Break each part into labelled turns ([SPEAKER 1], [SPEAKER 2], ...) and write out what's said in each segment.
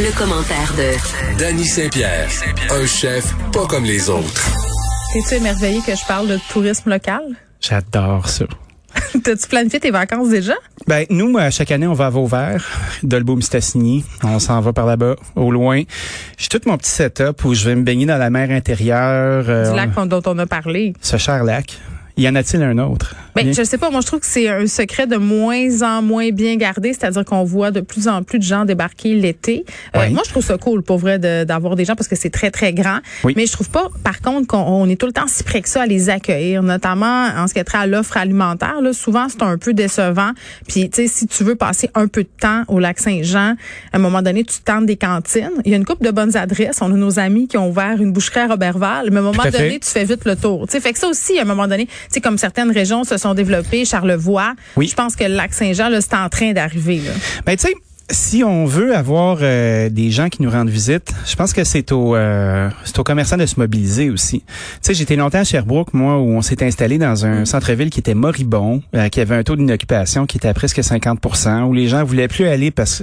[SPEAKER 1] le commentaire de
[SPEAKER 2] Danny Saint-Pierre, un chef pas comme les autres.
[SPEAKER 3] T'es-tu émerveillé que je parle de tourisme local?
[SPEAKER 4] J'adore ça.
[SPEAKER 3] T'as-tu planifié tes vacances déjà?
[SPEAKER 4] Ben, nous, à chaque année, on va à Vauvert, Dolbeau-Mistassini. On s'en va par là-bas, au loin. J'ai tout mon petit setup où je vais me baigner dans la mer intérieure. euh,
[SPEAKER 3] du lac qu'on- dont on a parlé.
[SPEAKER 4] Ce cher lac. Y en a-t-il un autre?
[SPEAKER 3] Ben,
[SPEAKER 4] Bien.
[SPEAKER 3] je sais pas, moi je trouve que c'est un secret de moins en moins bien gardé, c'est-à-dire qu'on voit de plus en plus de gens débarquer l'été. Euh,
[SPEAKER 4] Ouais.
[SPEAKER 3] Moi je trouve ça cool pour vrai de- d'avoir des gens parce que c'est très très grand,
[SPEAKER 4] Oui.
[SPEAKER 3] mais je trouve pas par contre qu'on on est tout le temps si près que ça à les accueillir, notamment en ce qui a trait à l'offre alimentaire. Là, souvent c'est un peu décevant. Puis tu sais si tu veux passer un peu de temps au lac Saint-Jean, à un moment donné tu tentes des cantines. Il y a une couple de bonnes adresses. On a nos amis qui ont ouvert une boucherie à Robertval, mais à un moment
[SPEAKER 4] à fait.
[SPEAKER 3] donné tu fais vite le tour. Tu sais, fait que ça aussi, à un moment donné, tu sais, comme certaines régions se sont développées, Charlevoix,
[SPEAKER 4] Oui.
[SPEAKER 3] je pense que le lac Saint-Jean, là, c'est en train d'arriver. là.
[SPEAKER 4] Ben, tu sais, si on veut avoir euh, des gens qui nous rendent visite, je pense que c'est au euh, c'est aux commerçants de se mobiliser aussi. Tu sais, j'étais longtemps à Sherbrooke, moi, où on s'est installé dans un centre-ville qui était moribond, euh, qui avait un taux d'inoccupation qui était à presque 50 où les gens voulaient plus aller parce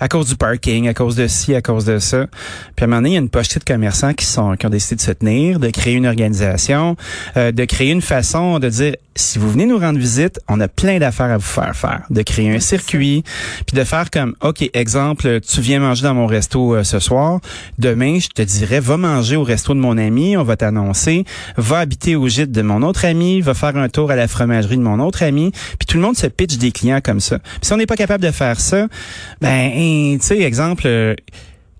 [SPEAKER 4] à cause du parking, à cause de ci, à cause de ça. Puis à un moment donné, il y a une pochette de commerçants qui sont qui ont décidé de se tenir, de créer une organisation, euh, de créer une façon de dire si vous venez nous rendre visite, on a plein d'affaires à vous faire faire, de créer un circuit, puis de faire comme OK, exemple, tu viens manger dans mon resto euh, ce soir, demain je te dirais va manger au resto de mon ami, on va t'annoncer, va habiter au gîte de mon autre ami, va faire un tour à la fromagerie de mon autre ami, puis tout le monde se pitch des clients comme ça. Puis si on n'est pas capable de faire ça, ben hein, tu sais exemple euh,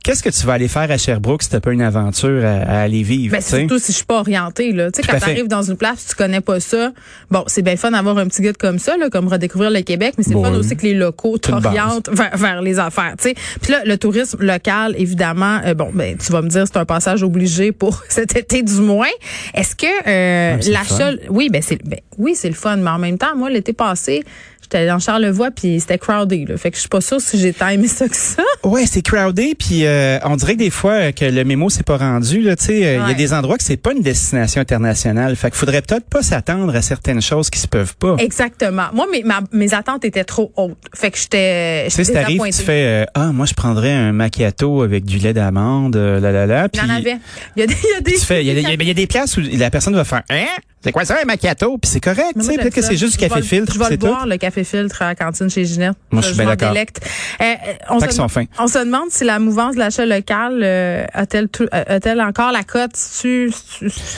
[SPEAKER 4] Qu'est-ce que tu vas aller faire à Sherbrooke si t'as pas une aventure à, à aller vivre?
[SPEAKER 3] Ben,
[SPEAKER 4] tu sais?
[SPEAKER 3] surtout si je suis pas orientée, là. Tu sais,
[SPEAKER 4] Tout à
[SPEAKER 3] quand
[SPEAKER 4] fait.
[SPEAKER 3] t'arrives dans une place, tu connais pas ça. Bon, c'est bien fun d'avoir un petit guide comme ça, là, comme redécouvrir le Québec, mais c'est
[SPEAKER 4] Bon,
[SPEAKER 3] fun
[SPEAKER 4] oui.
[SPEAKER 3] aussi que les locaux
[SPEAKER 4] une base.
[SPEAKER 3] t'orientent vers, vers les affaires, tu sais. Puis là, le tourisme local, évidemment, euh, bon, ben, tu vas me dire, c'est un passage obligé pour cet été, du moins. Est-ce que, euh,
[SPEAKER 4] Ah, mais c'est
[SPEAKER 3] l'achat,
[SPEAKER 4] le
[SPEAKER 3] oui, ben, c'est, ben, oui, c'est le fun, mais en même temps, moi, l'été passé, j'étais allée dans Charlevoix, puis c'était crowded, là. Fait que je suis pas sûre si j'ai tant aimé ça que ça.
[SPEAKER 4] Ouais, c'est crowdé, puis euh, on dirait que des fois euh, que le mémo s'est pas rendu. Là, tu sais, euh, il y
[SPEAKER 3] Ouais.
[SPEAKER 4] a des endroits que c'est pas une destination internationale. Fait qu'il faudrait peut-être pas s'attendre à certaines choses qui se peuvent pas.
[SPEAKER 3] Exactement. Moi, mes, ma- mes attentes étaient trop hautes. Fait que j'étais
[SPEAKER 4] Tu sais, si
[SPEAKER 3] j'étais
[SPEAKER 4] t'arrives,
[SPEAKER 3] désappointée.
[SPEAKER 4] tu fais euh, ah moi je prendrais un macchiato avec du lait d'amande, euh, la la la.
[SPEAKER 3] Il y en
[SPEAKER 4] puis-
[SPEAKER 3] avait. Il y a des, il y a des-
[SPEAKER 4] Tu fais, il y, a des- il y a- il y a des places où la personne va faire hein, c'est quoi ça un macchiato Puis c'est correct,
[SPEAKER 3] Mais moi,
[SPEAKER 4] tu sais,
[SPEAKER 3] j'aime
[SPEAKER 4] peut-être que
[SPEAKER 3] ça.
[SPEAKER 4] c'est juste du
[SPEAKER 3] Je vais
[SPEAKER 4] café
[SPEAKER 3] le-
[SPEAKER 4] filtre,
[SPEAKER 3] Je vais
[SPEAKER 4] c'est
[SPEAKER 3] le
[SPEAKER 4] tout.
[SPEAKER 3] boire, le café filtre à la cantine chez Ginette.
[SPEAKER 4] Moi, je suis bien
[SPEAKER 3] m'en
[SPEAKER 4] d'accord.
[SPEAKER 3] délecte. Euh, euh, on,
[SPEAKER 4] Tant qu'ils
[SPEAKER 3] se
[SPEAKER 4] sont
[SPEAKER 3] demande,
[SPEAKER 4] fins.
[SPEAKER 3] on se demande si la mouvance de l'achat local euh, a-t-elle tou- euh, a-t-elle encore la cote? C'est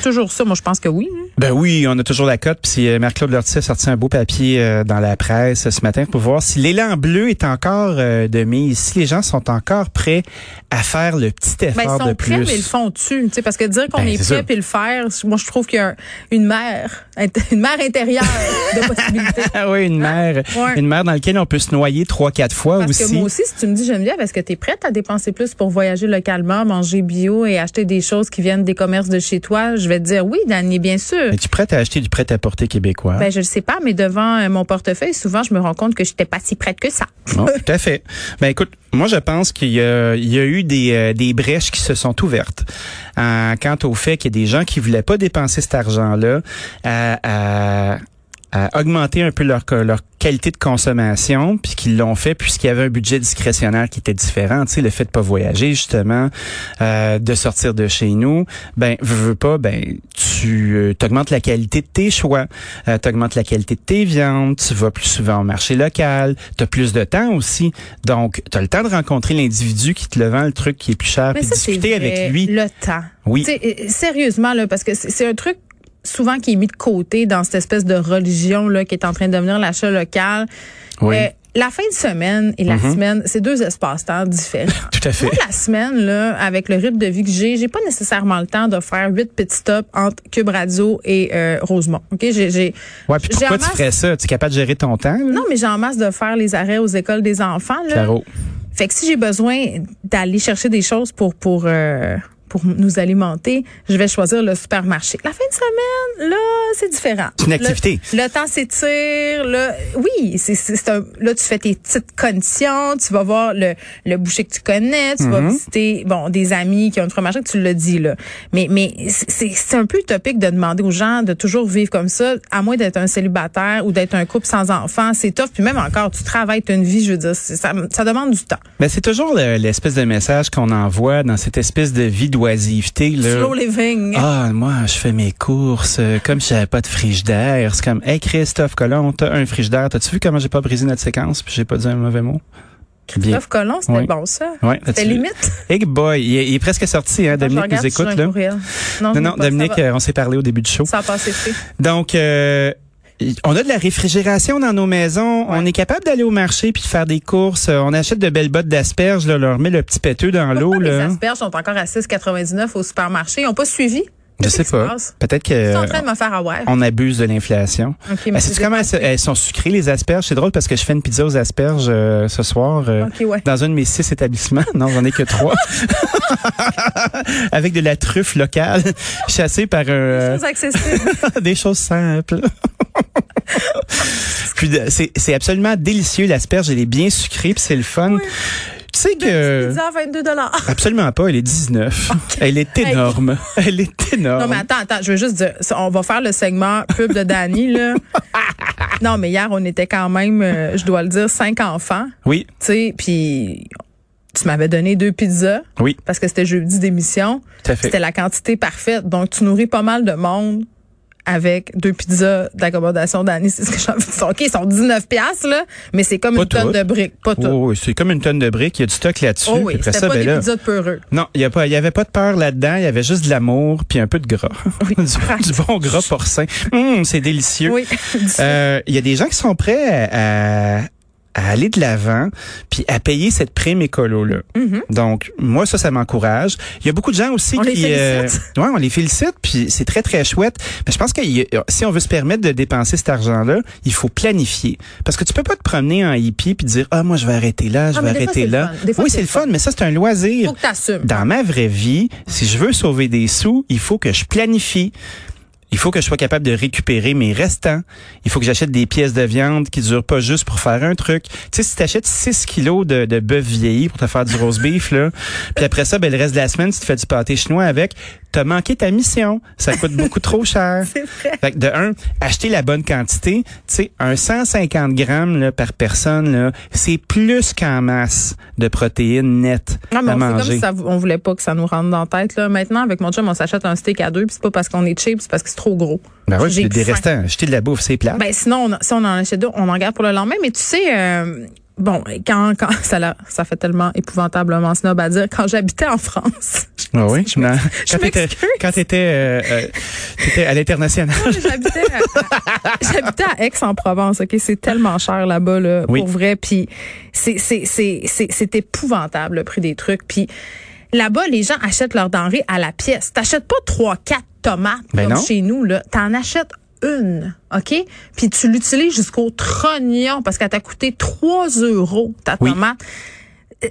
[SPEAKER 3] toujours ça? Moi, je pense que oui. hein.
[SPEAKER 4] Ben oui, on a toujours la cote. Puis euh, Marc-Claude Lortie a sorti un beau papier euh, dans la presse euh, ce matin pour voir si l'élan bleu est encore euh, de mise, si les gens sont encore prêts à faire le petit
[SPEAKER 3] Ben,
[SPEAKER 4] effort
[SPEAKER 3] ils sont
[SPEAKER 4] de
[SPEAKER 3] prêts,
[SPEAKER 4] plus.
[SPEAKER 3] mais ils le font-tu? Tu sais, Parce que dire qu'on
[SPEAKER 4] Ben,
[SPEAKER 3] est
[SPEAKER 4] c'est
[SPEAKER 3] prêt
[SPEAKER 4] sûr.
[SPEAKER 3] puis le faire, moi, je trouve qu'il y a un- une mer, une mer intérieure de possibilités.
[SPEAKER 4] ah oui, une mer,
[SPEAKER 3] Ouais.
[SPEAKER 4] une mer dans laquelle on peut se noyer trois, quatre fois
[SPEAKER 3] Parce
[SPEAKER 4] aussi.
[SPEAKER 3] que moi aussi, si tu me dis, Geneviève, est-ce que tu es prête à dépenser plus pour voyager localement, manger bio et acheter des choses qui viennent des commerces de chez toi? Je vais te dire oui, Dani, bien sûr.
[SPEAKER 4] Es-tu prête à acheter du prêt-à-porter québécois?
[SPEAKER 3] Ben, je le sais pas, mais devant euh, mon portefeuille, souvent, je me rends compte que je n'étais pas si prête que ça.
[SPEAKER 4] Non, tout à fait. Ben écoute, moi je pense qu'il y, a- il y a eu des, euh, des brèches qui se sont ouvertes euh, quant au fait qu'il y a des gens qui voulaient pas dépenser cet argent-là euh, à, à- à augmenter un peu leur, co- leur qualité de consommation, puis qu'ils l'ont fait puisqu'il y avait un budget discrétionnaire qui était différent. Tu sais, le fait de pas voyager justement, euh, de sortir de chez nous, ben veux, veux pas, ben tu augmentes la qualité de tes choix, euh, t'augmentes la qualité de tes viandes, tu vas plus souvent au marché local, t'as plus de temps aussi, donc t'as le temps de rencontrer l'individu qui te le vend le truc qui est plus cher, puis
[SPEAKER 3] ça, c'est
[SPEAKER 4] discuter
[SPEAKER 3] vrai,
[SPEAKER 4] avec lui.
[SPEAKER 3] Le temps.
[SPEAKER 4] Oui.
[SPEAKER 3] Tu sais, euh, sérieusement, là, parce que c'est c'est un truc souvent qui est mis de côté dans cette espèce de religion là, qui est en train de devenir l'achat local.
[SPEAKER 4] Oui. Mm-hmm.
[SPEAKER 3] Euh, la fin de semaine et la semaine, c'est deux espaces-temps différents.
[SPEAKER 4] Tout à fait.
[SPEAKER 3] Moi, la semaine, là, avec le rythme de vie que j'ai, j'ai pas nécessairement le temps de faire huit petits stops entre Cube Radio et euh, Rosemont. OK? J'ai, j'ai,
[SPEAKER 4] Ouais, puis
[SPEAKER 3] j'ai
[SPEAKER 4] pourquoi
[SPEAKER 3] en
[SPEAKER 4] tu
[SPEAKER 3] masse-
[SPEAKER 4] ferais ça Tu es capable de gérer ton temps là?
[SPEAKER 3] Non, mais j'ai en masse de faire les arrêts aux écoles des enfants. Là.
[SPEAKER 4] Caro?
[SPEAKER 3] Fait que si j'ai besoin d'aller chercher des choses pour pour euh, pour nous alimenter, je vais choisir le supermarché. La fin de semaine, là, c'est différent.
[SPEAKER 4] C'est une activité.
[SPEAKER 3] Le, le temps s'étire. Là, oui, c'est, c'est c'est un- là, tu fais tes petites conditions, tu vas voir le, le boucher que tu connais, tu vas
[SPEAKER 4] Mm-hmm.
[SPEAKER 3] visiter, bon, des amis qui ont une fromagerie, tu l'as dit, là. Mais, mais c'est, c'est un peu utopique de demander aux gens de toujours vivre comme ça, à moins d'être un célibataire ou d'être un couple sans enfants. C'est tough. Puis même encore, tu travailles, tu une vie, je veux dire, c'est- ça, ça demande du temps.
[SPEAKER 4] Ben, c'est toujours le- l'espèce de message qu'on envoie dans cette espèce de vie d'oisiveté. là.
[SPEAKER 3] Slow living.
[SPEAKER 4] Ah, moi, je fais mes courses euh, comme si j'avais pas de frigidaire. C'est comme, hey, Christophe Colomb, t'as un frigidaire. T'as-tu vu comment j'ai pas brisé notre séquence puis j'ai pas dit un mauvais mot? Bien.
[SPEAKER 3] Christophe Colomb, c'était
[SPEAKER 4] Oui.
[SPEAKER 3] bon, ça.
[SPEAKER 4] Ouais,
[SPEAKER 3] C'était
[SPEAKER 4] t'as-tu vu?
[SPEAKER 3] limite.
[SPEAKER 4] Hey boy, il est, il est presque sorti, hein,
[SPEAKER 3] Je
[SPEAKER 4] Dominique
[SPEAKER 3] regarde
[SPEAKER 4] nous
[SPEAKER 3] si j'ai
[SPEAKER 4] écoute,
[SPEAKER 3] un
[SPEAKER 4] là.
[SPEAKER 3] courriel.
[SPEAKER 4] Non,
[SPEAKER 3] je
[SPEAKER 4] non,
[SPEAKER 3] l'ai pas, ça
[SPEAKER 4] Dominique,
[SPEAKER 3] va.
[SPEAKER 4] euh, on s'est parlé au début du show.
[SPEAKER 3] Ça a passé fait.
[SPEAKER 4] Donc, euh, on a de la réfrigération dans nos maisons. On est capable d'aller au marché puis de faire des courses. Euh, On achète de belles bottes d'asperges, là, leur met le petit péteux dans l'eau,
[SPEAKER 3] Pourquoi les
[SPEAKER 4] là.
[SPEAKER 3] asperges sont encore à 6,99 au supermarché? Ils n'ont pas suivi?
[SPEAKER 4] Je
[SPEAKER 3] Qu'est-ce
[SPEAKER 4] sais
[SPEAKER 3] qui se
[SPEAKER 4] pas.
[SPEAKER 3] passe?
[SPEAKER 4] Peut-être
[SPEAKER 3] Ils
[SPEAKER 4] que
[SPEAKER 3] sont en train de me faire avoir.
[SPEAKER 4] on abuse de l'inflation.
[SPEAKER 3] OK, mais
[SPEAKER 4] Ah,
[SPEAKER 3] c'est
[SPEAKER 4] sais-tu comment elles, elles sont sucrées, les asperges? C'est drôle parce que je fais une pizza aux asperges euh, ce soir euh,
[SPEAKER 3] OK, ouais.
[SPEAKER 4] dans un de mes six établissements. Non, j'en ai que trois. Avec de la truffe locale chassée par euh,
[SPEAKER 3] Très accessible.
[SPEAKER 4] des choses simples. Puis de- c'est c'est absolument délicieux l'asperge, elle est bien sucrée, puis c'est le fun. Tu sais que
[SPEAKER 3] Pizza à 22
[SPEAKER 4] absolument pas, elle est 19. Elle est énorme. Elle est énorme.
[SPEAKER 3] Non, mais attends, attends, je veux juste dire, ça, on va faire le segment pub de Danny, là. non, mais hier, on était quand même, euh, je dois le dire, cinq enfants,
[SPEAKER 4] Oui,
[SPEAKER 3] tu sais, puis tu m'avais donné deux pizzas
[SPEAKER 4] oui,
[SPEAKER 3] parce que c'était jeudi d'émission.
[SPEAKER 4] tout à fait.
[SPEAKER 3] C'était la quantité parfaite. Donc, tu nourris pas mal de monde avec deux pizzas d'accommodation d'année. C'est ce que j'ai envie de dire. OK, ils sont 19 piastres, là, mais c'est comme
[SPEAKER 4] Pas
[SPEAKER 3] une tonne
[SPEAKER 4] toutes.
[SPEAKER 3] de briques. Pas tout.
[SPEAKER 4] Oh, oui, c'est comme une tonne de briques, il y a du stock là-dessus.
[SPEAKER 3] Oh
[SPEAKER 4] puis
[SPEAKER 3] oui,
[SPEAKER 4] après
[SPEAKER 3] c'était
[SPEAKER 4] ça,
[SPEAKER 3] pas
[SPEAKER 4] ben
[SPEAKER 3] des
[SPEAKER 4] là-
[SPEAKER 3] pizzas de peureux.
[SPEAKER 4] Non, il y a pas, il y avait pas de peur là-dedans. Il y avait juste de l'amour puis un peu de gras, du, du bon gras porcin. Hum, c'est délicieux.
[SPEAKER 3] Oui.
[SPEAKER 4] Euh, Il y a des gens qui sont prêts à, à- à aller de l'avant puis à payer cette prime écolo là. Donc moi ça ça m'encourage. Il y a beaucoup de gens aussi
[SPEAKER 3] Mm-hmm. On
[SPEAKER 4] qui euh,
[SPEAKER 3] les félicite.
[SPEAKER 4] ouais, on les félicite puis c'est très très chouette. Mais je pense que il y a- si on veut se permettre de dépenser cet argent là, il faut planifier parce que tu peux pas te promener en hippie puis dire ah moi je vais arrêter là, je
[SPEAKER 3] Ah,
[SPEAKER 4] vais
[SPEAKER 3] mais des fois,
[SPEAKER 4] arrêter
[SPEAKER 3] c'est le
[SPEAKER 4] là.
[SPEAKER 3] fun. Des fois,
[SPEAKER 4] oui,
[SPEAKER 3] c'est
[SPEAKER 4] c'est
[SPEAKER 3] le
[SPEAKER 4] le fun, mais ça c'est un loisir
[SPEAKER 3] Faut que t'assumes.
[SPEAKER 4] dans ma vraie vie, si je veux sauver des sous, il faut que je planifie. Il faut que je sois capable de récupérer mes restants. Il faut que j'achète des pièces de viande qui durent pas juste pour faire un truc. Tu sais, si t'achètes 6 kilos de, de bœuf vieilli pour te faire du roast beef, là, puis après ça, ben, le reste de la semaine, si tu fais du pâté chinois avec, t'as manqué ta mission. Ça coûte beaucoup trop cher.
[SPEAKER 3] C'est vrai.
[SPEAKER 4] Fait que de un, acheter la bonne quantité, tu sais, un 150 grammes là, par personne, là, c'est plus qu'en masse de protéines nettes
[SPEAKER 3] Non, mais
[SPEAKER 4] à
[SPEAKER 3] on- c'est comme
[SPEAKER 4] manger.
[SPEAKER 3] si ça, on voulait pas que ça nous rentre dans la tête. Là. Maintenant, avec mon chum, on s'achète un steak à deux, puis c'est pas parce qu'on est cheap, c'est parce que c'est trop gros.
[SPEAKER 4] Ben oui,
[SPEAKER 3] J'ai
[SPEAKER 4] puis des
[SPEAKER 3] faim.
[SPEAKER 4] restants. Jeter de la bouffe, c'est plat.
[SPEAKER 3] Ben sinon, on, si on en achète deux, on en garde pour le lendemain. Mais tu sais, euh, bon, quand, quand ça, la- ça fait tellement épouvantablement snob à dire, quand j'habitais en France,
[SPEAKER 4] ah oui, je m'en-
[SPEAKER 3] je
[SPEAKER 4] Quand t'étais,
[SPEAKER 3] m'excuse.
[SPEAKER 4] quand t'étais, euh, euh, t'étais à l'international.
[SPEAKER 3] j'habitais à, j'habitais à Aix-en-Provence, OK? C'est tellement cher là-bas, là,
[SPEAKER 4] Oui.
[SPEAKER 3] pour vrai. Puis c'est, c'est, c'est, c'est, c'est épouvantable, le prix des trucs. Puis là-bas, les gens achètent leurs denrées à la pièce. T'achètes pas trois, quatre tomates
[SPEAKER 4] Ben
[SPEAKER 3] comme
[SPEAKER 4] non.
[SPEAKER 3] chez nous, là. T'en achètes une, OK? Puis tu l'utilises jusqu'au trognon parce qu'elle t'a coûté 3 euros, ta
[SPEAKER 4] Oui.
[SPEAKER 3] tomate.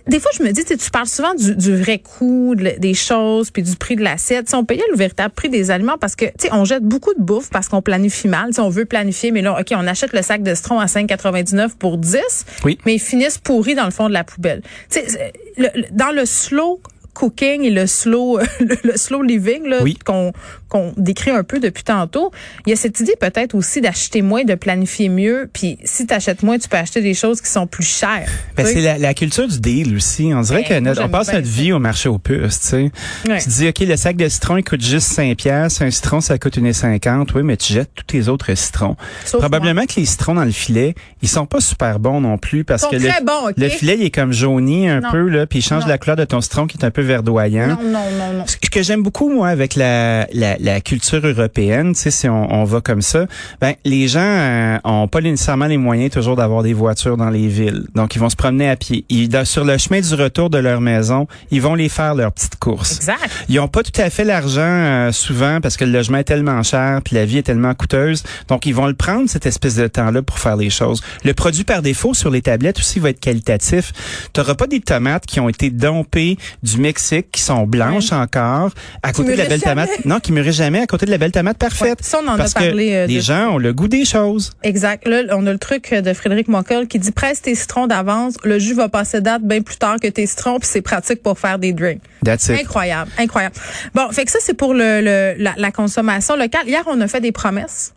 [SPEAKER 3] Des fois, je me dis, tu sais, tu parles souvent du, du vrai coût de- des choses, puis du prix de l'assiette. Si on payait le véritable prix des aliments, parce que, tu sais, on jette beaucoup de bouffe parce qu'on planifie mal. Tu sais, on veut planifier, mais là, OK, on achète le sac de citron à 5,99 pour 10,
[SPEAKER 4] Oui.
[SPEAKER 3] mais ils finissent pourris dans le fond de la poubelle. Tu sais, c'est- le- le- dans le slow cooking et le slow, le, le slow living, là,
[SPEAKER 4] Oui.
[SPEAKER 3] qu'on qu'on décrit un peu depuis tantôt, il y a cette idée peut-être aussi d'acheter moins, de planifier mieux, puis si tu achètes moins, tu peux acheter des choses qui sont plus chères.
[SPEAKER 4] Ben,
[SPEAKER 3] Tu sais,
[SPEAKER 4] c'est la, la culture du deal aussi. On dirait
[SPEAKER 3] Ben,
[SPEAKER 4] que
[SPEAKER 3] moi,
[SPEAKER 4] notre- on
[SPEAKER 3] j'aime
[SPEAKER 4] passe
[SPEAKER 3] bien
[SPEAKER 4] notre
[SPEAKER 3] ça.
[SPEAKER 4] vie au marché aux puces, tu sais.
[SPEAKER 3] Ouais.
[SPEAKER 4] Tu dis, OK, le sac de citron, il coûte juste 5 piastres. Un citron, ça coûte 1,50. Oui, mais tu jettes tous tes autres citrons.
[SPEAKER 3] Sauf
[SPEAKER 4] Probablement que les citrons dans le filet, ils sont pas super bons non plus parce
[SPEAKER 3] Ils sont
[SPEAKER 4] que
[SPEAKER 3] très
[SPEAKER 4] le,
[SPEAKER 3] bons, OK?
[SPEAKER 4] le filet, il est comme jauni un
[SPEAKER 3] Non.
[SPEAKER 4] peu, là, puis il change
[SPEAKER 3] Non.
[SPEAKER 4] la couleur de ton citron qui est un peu verdoyant.
[SPEAKER 3] Non, non, non, non.
[SPEAKER 4] Ce que j'aime beaucoup, moi, avec la, la, la culture européenne, tu sais, si on, on va comme ça, ben les gens euh, ont pas nécessairement les moyens toujours d'avoir des voitures dans les villes. Donc, ils vont se promener à pied. Ils, dans- sur le chemin du retour de leur maison, ils vont les faire leurs petites courses.
[SPEAKER 3] Exact.
[SPEAKER 4] Ils ont pas tout à fait l'argent euh, souvent parce que le logement est tellement cher puis la vie est tellement coûteuse. Donc ils vont le prendre cette espèce de temps-là pour faire les choses. Le produit par défaut sur les tablettes aussi va être qualitatif. T'auras pas des tomates qui ont été dompées du Mexique qui sont blanches encore à côté de la
[SPEAKER 1] mûrissent
[SPEAKER 4] belle tomate. Non, qui mûrissent jamais à côté de la belle tomate parfaite.
[SPEAKER 3] Ouais, ça, on en a
[SPEAKER 4] parce
[SPEAKER 3] parlé,
[SPEAKER 4] Que
[SPEAKER 3] euh,
[SPEAKER 4] les
[SPEAKER 3] de-
[SPEAKER 4] gens ont le goût des choses.
[SPEAKER 3] Exact. Là, on a le truc de Frédéric Moncol qui dit presse tes citrons d'avance, le jus va passer date bien plus tard que tes citrons, puis c'est pratique pour faire des drinks.
[SPEAKER 4] That's it.
[SPEAKER 3] Incroyable, incroyable. Bon, fait que ça c'est pour le, le- la, la consommation locale. Hier, on a fait des promesses.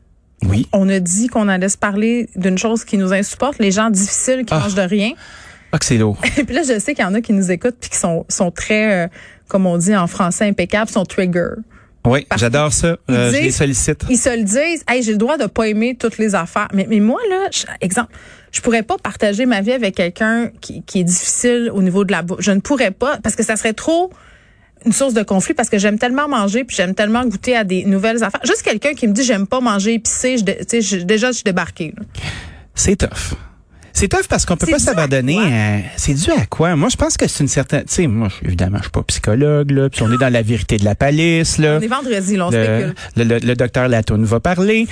[SPEAKER 4] Oui.
[SPEAKER 3] On a dit qu'on allait se parler d'une chose qui nous insupporte, les gens difficiles qui
[SPEAKER 4] Ah.
[SPEAKER 3] mangent de rien.
[SPEAKER 4] Ah que c'est lourd.
[SPEAKER 3] Et puis là, je sais qu'il y en a qui nous écoutent puis qui sont sont très, euh, comme on dit en français impeccables, sont trigger.
[SPEAKER 4] Oui, j'adore ça.
[SPEAKER 3] Ils
[SPEAKER 4] Euh, je
[SPEAKER 3] disent-
[SPEAKER 4] les sollicite.
[SPEAKER 3] Ils se le disent, hey, j'ai le droit de pas aimer toutes les affaires. Mais, mais moi, là, je- exemple, je pourrais pas partager ma vie avec quelqu'un qui, qui est difficile au niveau de la bouffe. Je ne pourrais pas parce que ça serait trop une source de conflit parce que j'aime tellement manger puis j'aime tellement goûter à des nouvelles affaires. Juste quelqu'un qui me dit j'aime pas manger épicé, je, dé- tu sais, je- déjà je suis débarquée. là.
[SPEAKER 4] C'est tough. C'est tough parce qu'on peut
[SPEAKER 3] C'est
[SPEAKER 4] pas
[SPEAKER 3] dû à
[SPEAKER 4] s'abandonner.
[SPEAKER 3] quoi?
[SPEAKER 4] à- C'est dû à quoi Moi, je pense que c'est une certaine. Tu sais, moi, je- évidemment, je suis pas psychologue là. Puis on est dans la vérité de la palisse là.
[SPEAKER 3] On est vendredi, là, on
[SPEAKER 4] Le,
[SPEAKER 3] spécule.
[SPEAKER 4] le, le- le docteur Latoune va parler.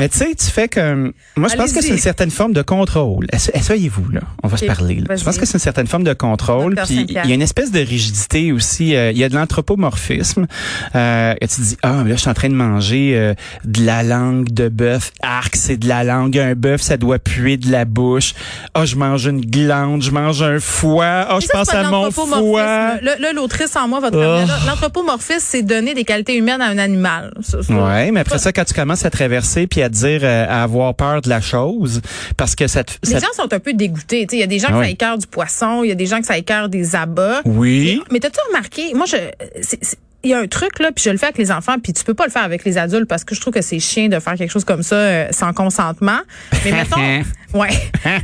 [SPEAKER 4] Mais tu sais, tu fais comme... Moi, je pense que
[SPEAKER 3] Allez-y.
[SPEAKER 4] c'est une certaine forme de contrôle. Essa- Essayez-vous, là. On va se
[SPEAKER 3] Ok,
[SPEAKER 4] parler. là. Je
[SPEAKER 3] vas-y.
[SPEAKER 4] pense que c'est une certaine forme de contrôle.
[SPEAKER 3] Docteur
[SPEAKER 4] Puis
[SPEAKER 3] Saint-Pierre.
[SPEAKER 4] il y a une espèce de rigidité aussi. euh, Il y a de l'anthropomorphisme. Euh, et tu te dis, ah, mais là, je suis en train de manger euh, de la langue de bœuf. Arc, c'est de la langue. Un bœuf, ça doit puer de la bouche. Ah, je mange une glande. Je mange un foie. Ah,
[SPEAKER 3] Mais ça,
[SPEAKER 4] je
[SPEAKER 3] c'est
[SPEAKER 4] pense
[SPEAKER 3] pas
[SPEAKER 4] à
[SPEAKER 3] de
[SPEAKER 4] mon
[SPEAKER 3] l'anthropomorphisme,
[SPEAKER 4] foie. Oh.
[SPEAKER 3] là. Là, là, l'autrice en moi va te ramener là. L'anthropomorphisme, c'est donner des qualités humaines à un animal. Ça, ça-
[SPEAKER 4] Ouais, mais après ça, quand tu commences à traverser puis à dire, euh, à avoir peur de la chose, parce que ça te,
[SPEAKER 3] Les
[SPEAKER 4] ça te-
[SPEAKER 3] gens sont un peu dégoûtés. tu sais. Il y a des gens
[SPEAKER 4] Ah
[SPEAKER 3] qui
[SPEAKER 4] oui.
[SPEAKER 3] ça écœure du poisson, il y a des gens qui ça écœure des abats.
[SPEAKER 4] Oui.
[SPEAKER 3] Mais t'as-tu remarqué, moi, je, c'est- c'est- il y a un truc, là, puis je le fais avec les enfants, puis tu peux pas le faire avec les adultes parce que je trouve que c'est chiant de faire quelque chose comme ça euh, sans consentement. Mais mettons, ouais.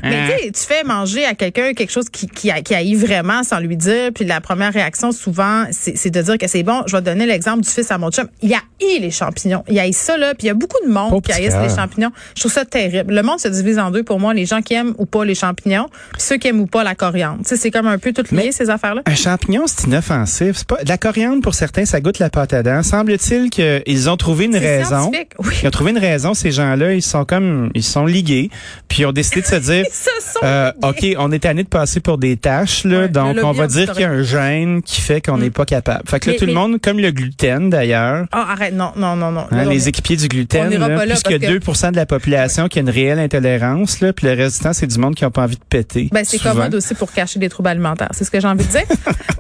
[SPEAKER 3] Mais tu sais, tu fais manger à quelqu'un quelque chose qui, qui, a- qui haït vraiment sans lui dire, puis la première réaction, souvent, c'est c'est de dire que c'est bon. Je vais te donner l'exemple du fils à mon chum. Il haït les champignons. Il haït ça, là, puis il y a beaucoup de monde
[SPEAKER 4] Pauvre
[SPEAKER 3] qui
[SPEAKER 4] petit
[SPEAKER 3] haïssent les
[SPEAKER 4] cœur.
[SPEAKER 3] champignons. Je trouve ça terrible. Le monde se divise en deux pour moi, les gens qui aiment ou pas les champignons, puis ceux qui aiment ou pas la coriandre. Tu sais, c'est comme un peu toutes liées, ces affaires-là.
[SPEAKER 4] Un champignon, c'est inoffensif. C'est pas de la coriandre pour certains, ça goûte la pâte à dents. Semble-t-il qu'ils ont trouvé une
[SPEAKER 3] C'est
[SPEAKER 4] raison.
[SPEAKER 3] scientifique, oui.
[SPEAKER 4] Ils ont trouvé une raison. Ces gens-là, ils sont comme, ils sont ligués, puis ils ont décidé de se dire.
[SPEAKER 3] Ils se sont
[SPEAKER 4] euh, ok, on est tanné de passer pour des tâches là,
[SPEAKER 3] Ouais,
[SPEAKER 4] donc
[SPEAKER 3] le
[SPEAKER 4] on
[SPEAKER 3] lobby
[SPEAKER 4] va dire
[SPEAKER 3] anti-correct.
[SPEAKER 4] qu'il y a un gène qui fait qu'on n'est pas capable. Fait que là,
[SPEAKER 3] Mais-
[SPEAKER 4] tout le
[SPEAKER 3] mais-
[SPEAKER 4] monde, comme le gluten d'ailleurs,
[SPEAKER 3] Ah, arrête, non, non, non, non.
[SPEAKER 4] Hein,
[SPEAKER 3] Là, on
[SPEAKER 4] les
[SPEAKER 3] est-
[SPEAKER 4] équipiers du gluten,
[SPEAKER 3] on
[SPEAKER 4] là,
[SPEAKER 3] ira pas là
[SPEAKER 4] puisque
[SPEAKER 3] parce que-
[SPEAKER 4] 2 de la population qui a une réelle intolérance, là, puis le reste du temps, c'est du monde qui n'a pas envie de péter.
[SPEAKER 3] Ben, c'est
[SPEAKER 4] souvent.
[SPEAKER 3] commode aussi pour cacher des troubles alimentaires. C'est ce que j'ai envie de dire.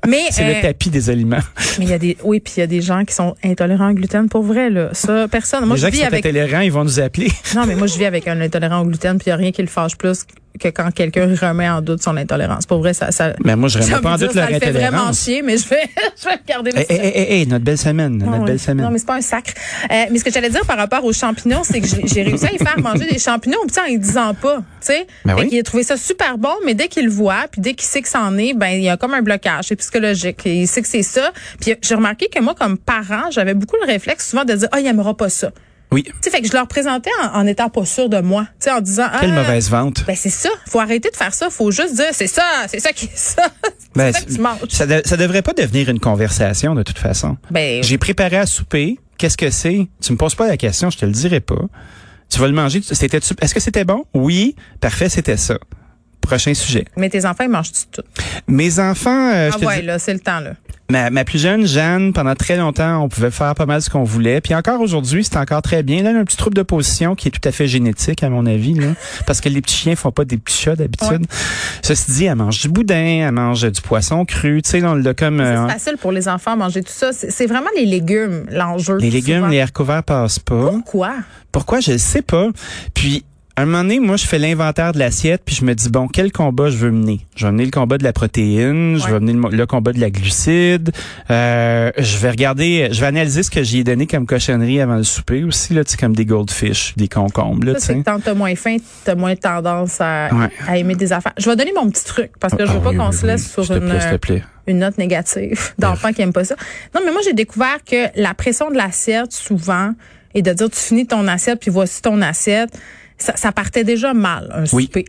[SPEAKER 3] Mais,
[SPEAKER 4] C'est
[SPEAKER 3] euh,
[SPEAKER 4] le tapis des aliments.
[SPEAKER 3] mais il y a des, oui, puis il y a des gens qui sont intolérants au gluten pour vrai, là. Ça, personne. Moi,
[SPEAKER 4] les
[SPEAKER 3] je
[SPEAKER 4] gens qui
[SPEAKER 3] vis
[SPEAKER 4] sont
[SPEAKER 3] avec,
[SPEAKER 4] intolérants, ils vont nous appeler.
[SPEAKER 3] non, mais moi, je vis avec un intolérant au gluten, puis il y a rien qui le fâche plus que quand quelqu'un remet en doute son intolérance. Pour vrai, ça, ça.
[SPEAKER 4] Mais Ben, moi, je
[SPEAKER 3] ça
[SPEAKER 4] remets
[SPEAKER 3] me
[SPEAKER 4] pas en
[SPEAKER 3] dit,
[SPEAKER 4] doute
[SPEAKER 3] ça
[SPEAKER 4] leur
[SPEAKER 3] le fait vraiment
[SPEAKER 4] intolérance. Eh,
[SPEAKER 3] chier, mais je vais, je vais regarder le
[SPEAKER 4] Hé, hé, hé, hé, notre belle semaine,
[SPEAKER 3] Ah
[SPEAKER 4] notre
[SPEAKER 3] oui.
[SPEAKER 4] belle semaine.
[SPEAKER 3] Non, mais c'est pas un sacre. Euh, mais ce que j'allais dire par rapport aux champignons, c'est que j'ai j'ai réussi à y faire manger des champignons au petit en y disant pas. Tu sais,
[SPEAKER 4] Ben
[SPEAKER 3] Fait
[SPEAKER 4] oui.
[SPEAKER 3] qu'il a trouvé ça super bon, mais dès qu'il le voit, puis dès qu'il sait que c'en est, ben il y a comme un blocage, c'est psychologique. Il sait que c'est ça. Puis j'ai remarqué que moi, comme parent, j'avais beaucoup le réflexe souvent de dire, ah, il aimera pas ça.
[SPEAKER 4] Oui.
[SPEAKER 3] Tu sais, fait que je leur présentais en, en étant pas sûr de moi, tu sais, en disant,
[SPEAKER 4] Quelle
[SPEAKER 3] Ah,
[SPEAKER 4] mauvaise vente.
[SPEAKER 3] Ben c'est ça. Faut arrêter de faire ça. Faut juste dire, c'est ça, c'est ça qui est ça. c'est
[SPEAKER 4] Ben,
[SPEAKER 3] ça que tu manges.
[SPEAKER 4] ça, de- ça devrait pas devenir une conversation, de toute façon.
[SPEAKER 3] Ben,
[SPEAKER 4] J'ai préparé à souper. Qu'est-ce que c'est? Tu me poses pas la question, je te le dirai pas. Tu vas le manger. tu- c'était- Est-ce que c'était bon? Oui. Parfait, c'était ça. Prochain sujet.
[SPEAKER 3] mais tes enfants, ils mangent tout.
[SPEAKER 4] Mes enfants, euh, je
[SPEAKER 3] Ah
[SPEAKER 4] te
[SPEAKER 3] ouais,
[SPEAKER 4] dis-
[SPEAKER 3] là, c'est le temps là.
[SPEAKER 4] ma, ma plus jeune Jeanne, pendant très longtemps, on pouvait faire pas mal ce qu'on voulait. Puis encore aujourd'hui, c'est encore très bien. Là, elle a un petit trouble de position qui est tout à fait génétique, à mon avis, là, parce que les petits chiens font pas des petits chats d'habitude. Ceci dit, elle mange du boudin, elle mange du poisson cru. Tu sais, on l'a comme...
[SPEAKER 3] Ça,
[SPEAKER 4] euh,
[SPEAKER 3] C'est facile pour les enfants à manger tout ça. C'est c'est vraiment les légumes, l'enjeu.
[SPEAKER 4] les légumes,
[SPEAKER 3] souvent.
[SPEAKER 4] les haricots verts passent pas.
[SPEAKER 3] Pourquoi?
[SPEAKER 4] Pourquoi? Je ne sais pas. Puis, à un moment donné, moi, je fais l'inventaire de l'assiette, puis je me dis, bon, quel combat je veux mener? Je vais mener le combat de la protéine, je
[SPEAKER 3] Ouais.
[SPEAKER 4] vais mener le, mo- le combat de la glucide, euh, je vais regarder, je vais analyser ce que j'y ai donné comme cochonnerie avant le souper aussi, là, tu sais, comme des goldfish, des concombres, là,
[SPEAKER 3] Ça,
[SPEAKER 4] tu
[SPEAKER 3] c'est
[SPEAKER 4] sais.
[SPEAKER 3] que tant t'as moins faim, t'as moins tendance à,
[SPEAKER 4] Ouais.
[SPEAKER 3] à aimer des affaires. Je vais donner mon petit truc parce que je veux
[SPEAKER 4] Ah
[SPEAKER 3] pas
[SPEAKER 4] oui,
[SPEAKER 3] qu'on
[SPEAKER 4] oui,
[SPEAKER 3] se
[SPEAKER 4] oui.
[SPEAKER 3] laisse sur
[SPEAKER 4] S'il te
[SPEAKER 3] une.
[SPEAKER 4] plaît, s'il te plaît.
[SPEAKER 3] une note négative d'enfants qui aiment pas ça. Non, mais moi, j'ai découvert que la pression de l'assiette, souvent, et de dire tu finis ton assiette, puis voici ton assiette, ça, ça partait déjà mal, un
[SPEAKER 4] Oui.
[SPEAKER 3] souper.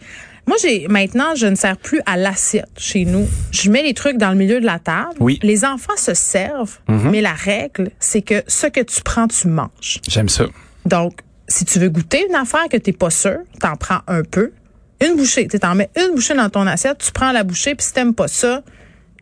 [SPEAKER 3] Moi, j'ai maintenant, je ne sers plus à l'assiette chez nous. Je mets les trucs dans le milieu de la table.
[SPEAKER 4] Oui. Mm-hmm.
[SPEAKER 3] Les enfants se servent, mais la règle, c'est que ce que tu prends, tu manges.
[SPEAKER 4] J'aime ça.
[SPEAKER 3] Donc, si tu veux goûter une affaire que t'es pas sûr, t'en prends un peu. Une bouchée, tu t'en mets une bouchée dans ton assiette, tu prends la bouchée, puis si t'aimes pas ça,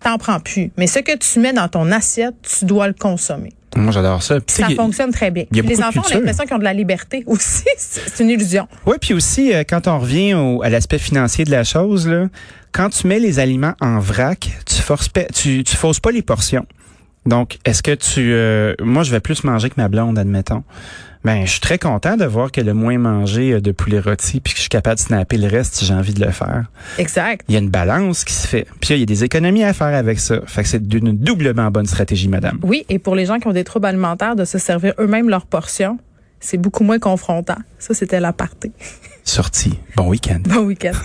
[SPEAKER 3] t'en prends plus. Mais ce que tu mets dans ton assiette, tu dois le consommer.
[SPEAKER 4] Moi, j'adore ça. Puis, tu sais,
[SPEAKER 3] Ça
[SPEAKER 4] il y a-
[SPEAKER 3] fonctionne très bien.
[SPEAKER 4] il y a
[SPEAKER 3] Puis les
[SPEAKER 4] beaucoup
[SPEAKER 3] enfants
[SPEAKER 4] de
[SPEAKER 3] ont
[SPEAKER 4] culture.
[SPEAKER 3] l'impression qu'ils ont de la liberté aussi. C'est c'est une illusion.
[SPEAKER 4] Oui, puis aussi, euh, quand on revient au- à l'aspect financier de la chose, là, quand tu mets les aliments en vrac, tu forces pas- tu, tu fausses pas les portions. Donc, est-ce que tu... euh, moi, je vais plus manger que ma blonde, admettons. Ben, je suis très content de voir qu'elle a moins mangé euh, de poulet rôti puis que je suis capable de snapper le reste si j'ai envie de le faire.
[SPEAKER 3] Exact.
[SPEAKER 4] Il y a une balance qui se fait. Puis là, il y a des économies à faire avec ça. Fait que c'est d'une doublement bonne stratégie, madame.
[SPEAKER 3] Oui, et pour les gens qui ont des troubles alimentaires, de se servir eux-mêmes leur portion, c'est beaucoup moins confrontant. Ça, c'était la partie.
[SPEAKER 4] Sortie. Bon week-end.
[SPEAKER 3] Bon week-end.